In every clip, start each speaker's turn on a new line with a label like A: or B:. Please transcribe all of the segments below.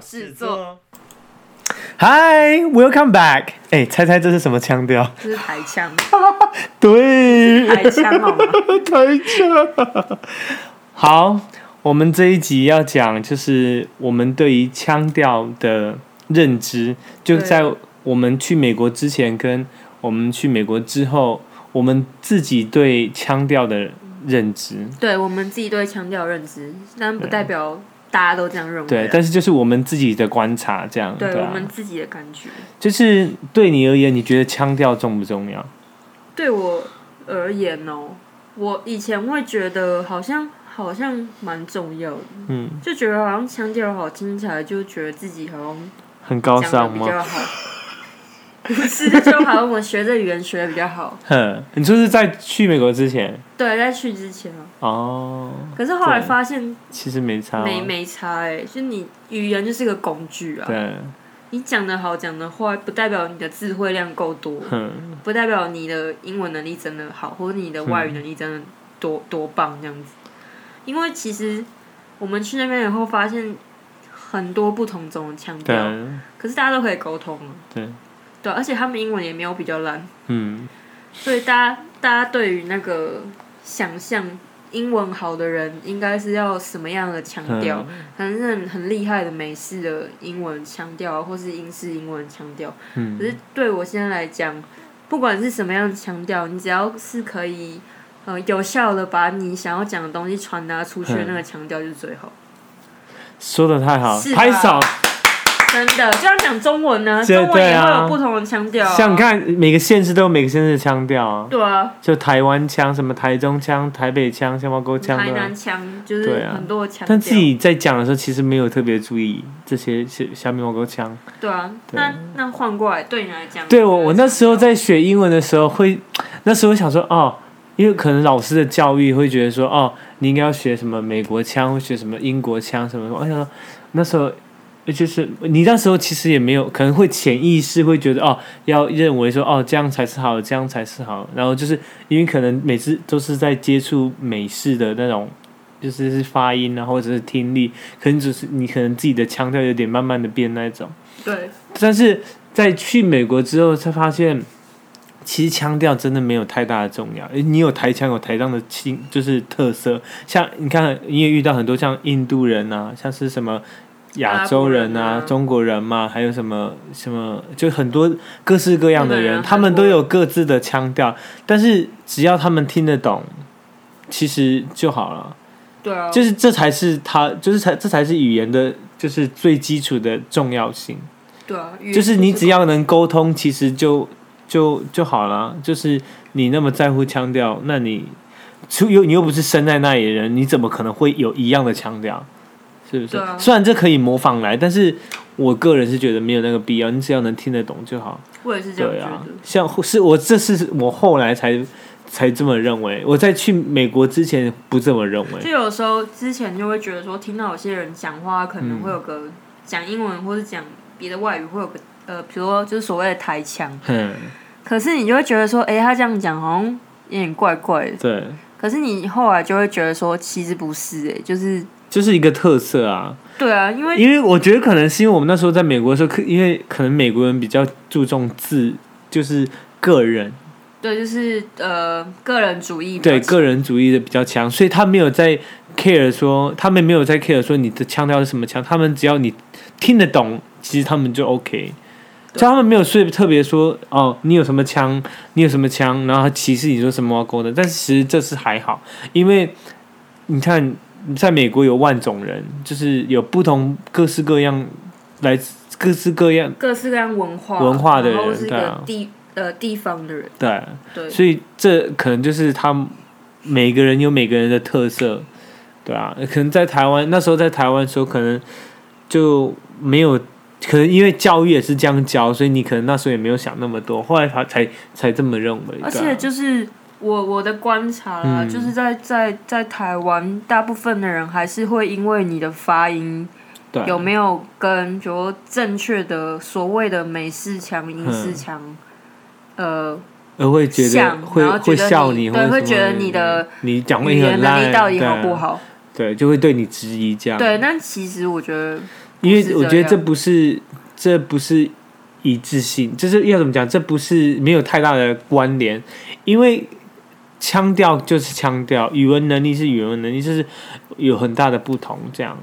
A: 制作，
B: Hi, welcome back。哎，猜猜这是什么腔调？
A: 这是台腔，
B: 对，
A: 台腔好吗？
B: 台腔。好，我们这一集要讲就是我们对于腔调的认知，就
A: 对
B: 在我们去美国之前跟我们去美国之后，我们自己对腔调的认知。
A: 对我们自己对腔调认知，但不代表大家都这样认为
B: 对，
A: 啊。
B: 但是就是我们自己的观察，这样
A: 对
B: 对
A: 我
B: 啊，
A: 们自己的感觉，
B: 就是对你而言，你觉得腔调重不重要？
A: 对我而言哦，我以前会觉得好像好像蛮重要的，
B: 嗯，
A: 就觉得好像腔调好听起来，就觉得自己好像
B: 很高
A: 讲
B: 尚
A: 的
B: 吗
A: 比？较好。 不是，就好像我学这语言学的比较好。
B: 哼，你就是在去美国之前
A: 对，在去之前啊，
B: 哦，
A: 可是后来
B: 对
A: 发现
B: 其实没差、哦。
A: 没没差哎、就你语言就是个工具啊，
B: 对，
A: 你讲的好讲的坏，不代表你的智慧量够多，
B: 哼，
A: 不代表你的英文能力真的好，或者你的
B: 嗯
A: 外语能力真的多、多棒这样子。因为其实我们去那边以后发现很多不同种的腔调，
B: 对，
A: 可是大家都可以沟通啊。
B: 对，
A: 对，啊而且他们英文也没有比较烂，
B: 嗯，
A: 所以大家大家对于那个想象英文好的人应该是要什么样的腔调？
B: 哼，
A: 可能是很很厉害的美式的英文腔调，啊或是英式英文腔调。可
B: 嗯，
A: 是对我现在来讲，不管是什么样的腔调，你只要是可以呃有效的把你想要讲的东西传达出去的
B: 嗯
A: 那个腔调就是最好。
B: 说的太好，
A: 是啊吧
B: 拍手。
A: 真的，就像讲中文呢、
B: 这
A: 中文
B: 对
A: 也会
B: 啊
A: 有不同的腔调、啊。
B: 想看每个县市都有每个县市的腔调啊，
A: 对啊，
B: 就台湾腔、什么台中腔、台北腔、香包沟腔
A: 台
B: 的啊。
A: 南腔就
B: 对
A: 是
B: 啊
A: 很多的腔调。
B: 但自己在讲的时候，其实没有特别注意这些小小米猫沟腔。
A: 对啊，
B: 对
A: 那那换过来对你来讲，
B: 对我，我那时候
A: 在
B: 在学英文的时候会，那时候想说哦，因为可能老师的教育会觉得说哦，你应该要学什么美国腔，或学什么英国腔什么什么。我想说那时候就是你那时候其实也没有，可能会潜意识会觉得哦，要认为说哦这样才是好，这样才是好。然后就是因为可能每次都是在接触美式的那种。就是是发音啊，或者是听力，可能只是你可能自己的腔调有点慢慢的变那一种。
A: 对
B: 但是在去美国之后，才发现其实腔调真的没有太大的重要。诶你有台腔有台腔的清，就是特色。像你看，你也遇到很多像印度人啊，像是什么亚洲人
A: 阿拉伯
B: 啊、
A: 人啊
B: 中国人嘛，还有什么什么，就很多各式各样的
A: 日本人
B: 人，
A: 啊
B: 他们都有各自的腔调，但是只要他们听得懂，其实就好了。
A: 对啊，
B: 就是这才是他，就是才这才是语言的，就是最基础的重要性。
A: 对啊，语言
B: 就是你只
A: 要
B: 要能沟通，其实就就就好了。就是你那么在乎腔调，那你除又你又不是生在那里的人，你怎么可能会有一样的腔调？是不是？
A: 对啊
B: 虽然这可以模仿来，但是我个人是觉得没有那个必要。你只要能听得懂就好。
A: 我也是这样
B: 对
A: 觉
B: 啊
A: 得，，
B: 像是我这是我后来才才这么认为。我在去美国之前不这么认 为。
A: 就有时候之前就会觉得说，听到有些人讲话可能会有
B: 嗯
A: 个讲英文或者讲别的外语会有个呃，比如说就是所谓的台腔，
B: 嗯，
A: 可是你就会觉得说，哎、他这样讲好像有点怪怪的。
B: 对，
A: 可是你后来就会觉得说，其实不是、哎，就是
B: 就是一个特色啊。
A: 对啊，因为
B: 因为我觉得可能是因为我们那时候在美国的时候，可因为可能美国人比较注重自，就是个人
A: 对就是呃个人主义比较
B: 对
A: 强
B: 个人主义的比较强，所以他没有在 care 说，他们没有在 care 说你的腔调是什么腔，他们只要你听得懂，其实他们就 OK。
A: 对
B: 所以他们没有说特别说哦，你有什么腔，你有什么腔，然后歧视你说什么勾的，但是其实这是还好，因为你看在美国有万种人，就是有不同各式各样来自各式各样
A: 各式各样文化
B: 文化的人
A: 然后是一
B: 对
A: 个
B: 啊
A: 地、呃地方的人，
B: 对，
A: 对
B: 所以这可能就是他们每个人有每个人的特色，对啊，可能在台湾那时候在台湾的时候，可能就没有，可能因为教育也是这样教，所以你可能那时候也没有想那么多，后来他才才这么认为，
A: 而
B: 对
A: 且
B: 啊
A: 就是我我的观察啦，
B: 嗯
A: 就是在在在台湾，大部分的人还是会因为你的发音
B: 对啊
A: 有没有跟，比如说正确的所谓的美式腔、英式
B: 嗯
A: 腔，呃，
B: 而会觉得
A: 像
B: 会
A: 然后觉
B: 会
A: 得
B: 笑
A: 你
B: 或
A: 对
B: 者
A: 会
B: 什么
A: 觉得你的
B: 你讲话
A: 语
B: 也
A: 言
B: 很
A: 能力
B: 烂，
A: 到底好
B: 对啊
A: 不好？
B: 对，就会对你质疑这样，
A: 对，但其实我觉得不
B: 因为
A: 是
B: 我觉得
A: 这
B: 这
A: 样
B: 不是这不是一致性，就是要怎么讲，这不是没有太大的关联，因为腔调就是腔调，语文能力是语文能力，就是有很大的不同。这样，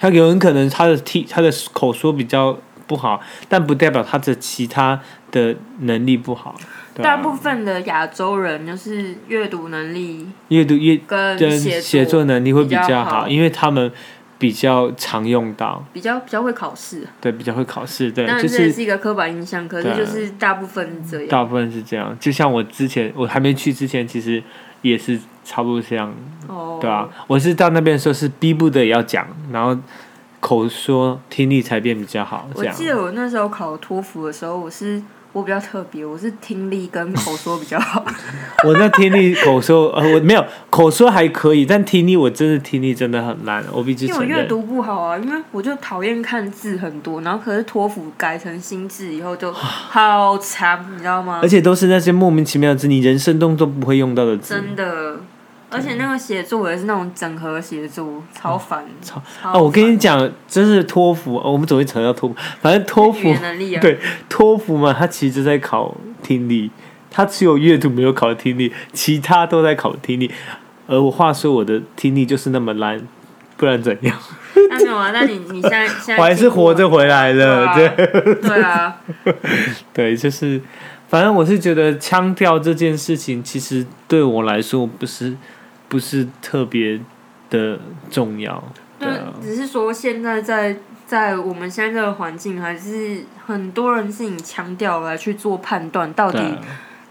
B: 他有人可能他的听他的口说比较不好，但不代表他的其他的能力不好。对
A: 大
B: 啊
A: 部分的亚洲人就是阅读能力
B: 阅读阅
A: 跟
B: 跟
A: 写
B: 写嗯作能力会比
A: 比较
B: 较
A: 好
B: 好，因为他们比较常用到，
A: 比较比较会考试，
B: 对，比较会考试，对，
A: 当然
B: 就
A: 这
B: 是
A: 也是一个刻板印象，可是
B: 对啊
A: 就是大部分是这样。
B: 大部分是这样，就像我之前我还没去之前，其实也是差不多这样，
A: 哦，
B: 对啊，我是到那边的时候是逼不得也要讲，然后口说听力才变比较好，这
A: 我
B: 样
A: 记得我那时候考托福的时候，我是我比较特别，我是听力跟口说比较 好。
B: 我那听力口说呃我没有口说还可以，但听力我真的听力真的很烂，我必须
A: 因为我
B: 承
A: 阅
B: 认。
A: 读不好啊，因为我就讨厌看字很多，然后可是托福改成新字以 后就好长，你知道吗
B: 而？且都是那些莫名其妙的字，你人生中都不会用到的字。
A: 真的，而且那个写作也是那种整合写作，超烦。超
B: 啊，哦我跟你讲，真是托福，哦我们总会扯到托福，反正托
A: 语
B: 福
A: 言能力啊，
B: 对，托福嘛，它其实就在考听力，它只有阅读没有考听力，其他都在考听力。而我话说，我的听力就是那么烂，不然怎 样？
A: 那没有啊，那你你现在现在
B: 我还是
A: 进步
B: 活着回来
A: 了
B: 的。
A: 啊，
B: 对
A: 对啊，
B: 对，就是，反正我是觉得腔调这件事情，其实对我来说不是不是特别的重要。对
A: 就
B: 啊，
A: 只是说现在在在我们现在这个环境，还是很多人是以强调来去做判断，到
B: 对
A: 底
B: 啊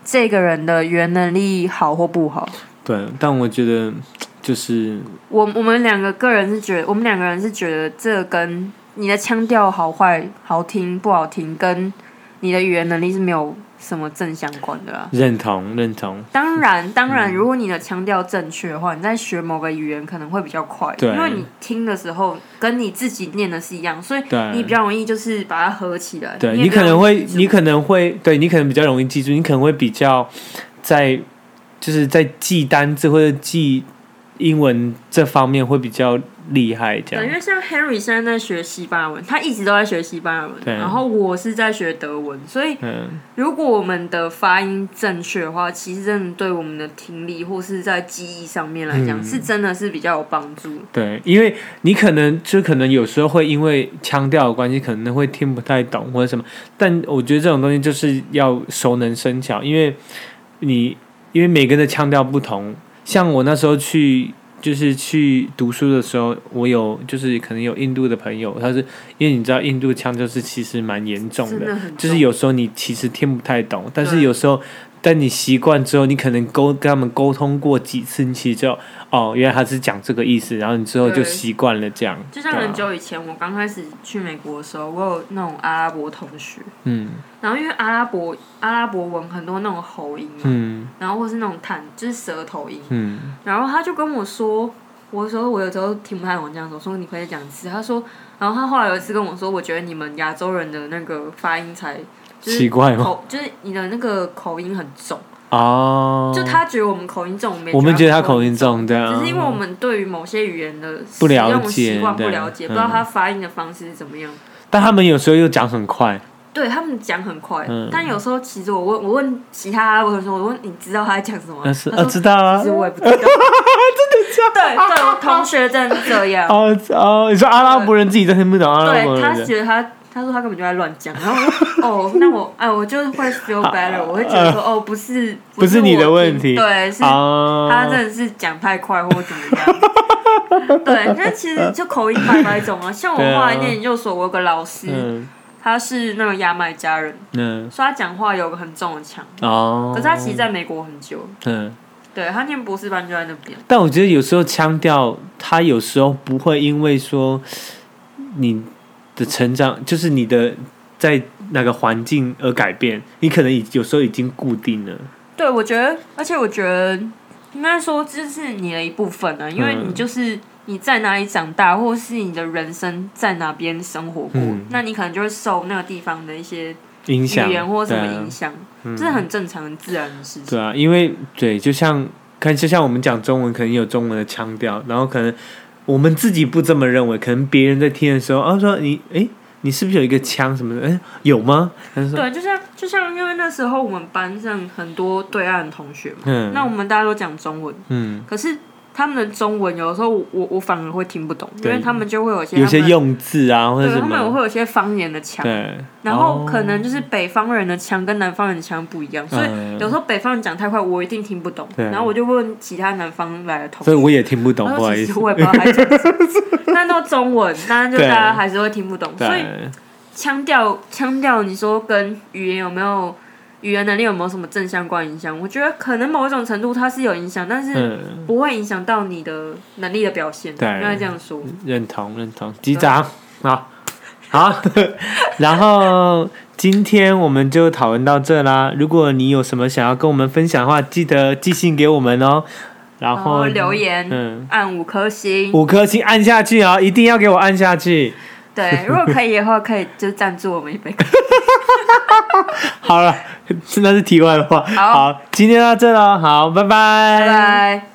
A: 这个人的语言能力好或不好。
B: 对，啊但我觉得就是
A: 我我们两个个人是觉得，我们两个人是觉得这个跟你的腔调好坏、好听不好听，跟你的语言能力是没有什么正相关的啊。
B: 认同认同。
A: 当然，
B: 嗯
A: 当然，如果你的腔调正确的话，你在学某个语言可能会比较快，
B: 对
A: 因为你听的时候跟你自己念的是一样，所以
B: 对
A: 你比较容易就是把它合起来。
B: 对
A: 呃也
B: 你
A: 比较
B: 可能
A: 容易
B: 会
A: 记，住
B: 你可能会，对你可能比较容易记住，你可能会比较在就是在记单字或者记英文这方面会比较厉害，这
A: 对，因
B: 样
A: 为像 Henry 现在在学西班牙文，他一直都在学西班牙文，
B: 对
A: 然后我是在学德文，所以
B: 嗯，
A: 如果我们的发音正确的话，其实真的对我们的听力或是在记忆上面来讲，
B: 嗯
A: 是真的是比较有帮助。
B: 对，因为你可能就可能有时候会因为腔调的关系，可能会听不太懂或者什么，但我觉得这种东西就是要熟能生巧，因为你因为每个人的腔调不同，像我那时候去。就是去读书的时候，我有就是可能有印度的朋友，他是因为你知道印度腔就是其实蛮严重
A: 真的很重
B: 就是有时候你其实听不太懂，但是
A: 对
B: 有时候但你习惯之后，你可能沟跟他们沟通过几次，你其实就哦，原来他是讲这个意思，然后你之后
A: 对
B: 就习惯了这样。
A: 就像
B: 对啊
A: 很久以前，我刚开始去美国的时候，我有那种阿拉伯同学，
B: 嗯
A: 然后因为阿拉伯阿拉伯文很多那种喉音嘛，
B: 嗯
A: 然后或是那种弹就是舌头音，
B: 嗯，
A: 然后他就跟我说，我说我有时候听不太懂这样说，说你可以讲一次。他说，然后他后来有一次跟我说，我觉得你们亚洲人的那个发音才就是
B: 奇怪哦吗？
A: 口，就是你的那个口音很重，
B: 哦，
A: 就他觉得我们口音重，
B: 我们觉得他
A: 音。
B: 口音重，对啊，
A: 只是因为我们对于某些语言的
B: 不了
A: 使用习
B: 解
A: 惯不
B: 对
A: 了解，
B: 嗯
A: 不知道他发音的方式是怎么样。
B: 但他们有时候又讲很快，
A: 对他们讲很快，
B: 嗯
A: 但有时候其实我问我问其他阿拉伯同学，我问你知道他在讲什么吗？
B: 但是
A: 他
B: 啊，
A: 说
B: 知道啊
A: 其实，我也 不知道。真的假对对，我同学真的这样。
B: 哦哦，你说阿拉伯人自己都听不懂阿拉伯
A: 对他
B: 人的，
A: 觉得他，他说他根本就在乱讲，然后 我哦，那我哎，我就会 feel better，我会觉得说哦，不是
B: 呃不是你的
A: 我听
B: 问题
A: 对，是
B: 啊，
A: 他真的是讲太快或怎么样。 对，但其实就口音百百种啊。像我
B: 对啊
A: 后来念研究所，我有个老师，
B: 嗯
A: 他是那个牙买加人，
B: 嗯
A: 所以他讲话有个很重的腔，
B: 哦，
A: 可是他其实在美国很久，
B: 嗯。
A: 对他念博士班就在那边。
B: 但我觉得有时候腔调，它有时候不会因为说你的成长，就是你的在那个环境而改变。你可能已有时候已经固定了，
A: 对，我觉得，而且我觉得应该说这是你的一部分啊，因为
B: 嗯
A: 你就是你在哪里长大，或是你的人生在哪边生活过，
B: 嗯
A: 那你可能就会受那个地方的一些
B: 影响
A: 语言或什么
B: 对啊
A: 影响，这是很正常、很自然的事情。
B: 对啊，因为对，就像看，就像我们讲中文，可能有中文的腔调，然后可能我们自己不这么认为，可能别人在听的时候，啊说你诶，你是不是有一个腔什么的？诶，有吗？他就说
A: 对，就像就像因为那时候我们班上很多对岸同学嘛，
B: 嗯
A: 那我们大家都讲中文，
B: 嗯，
A: 可是他们的中文有的时候我我我反而会听不懂，因
B: 对
A: 为他们就会有一些
B: 有些
A: 他们
B: 用字啊或者
A: 对
B: 什
A: 他们
B: 么，
A: 会有一些方言的腔，
B: 对，
A: 然后
B: 哦
A: 可能就是北方人的腔跟南方人的腔不一样，所以
B: 嗯
A: 有时候北方人讲太快，我一定听不懂。
B: 对
A: 然后我就问其他南方来的同
B: 所以
A: 学，
B: 我也听不懂，
A: 他
B: 不好
A: 说
B: 意
A: 其
B: 思
A: 实，我也不知道他讲什么， 但都中文，但是就
B: 对
A: 大家还是会听不懂。所以
B: 对，
A: 腔调腔调，你说跟语言有没有语言能力有没有什么正相关影响？我觉得可能某一种程度它是有影响，但是
B: 嗯，
A: 不会影响到你的能力的表现。应
B: 对
A: 该这样说。
B: 认同认同，击掌，
A: 嗯
B: 好，好， 然后今天我们就讨论到这啦。如果你有什么想要跟我们分享的话，记得寄信给我们哦。然
A: 然后
B: 后
A: 留言、
B: 嗯，哦
A: 按五颗星，
B: 五颗星按下去啊、一定要给我按下去。
A: 对，如果可以的话，可以就赞助我们一 杯咖啡。
B: 好了，那是题外话。
A: 好
B: 今天到这了，好，拜拜
A: 拜拜。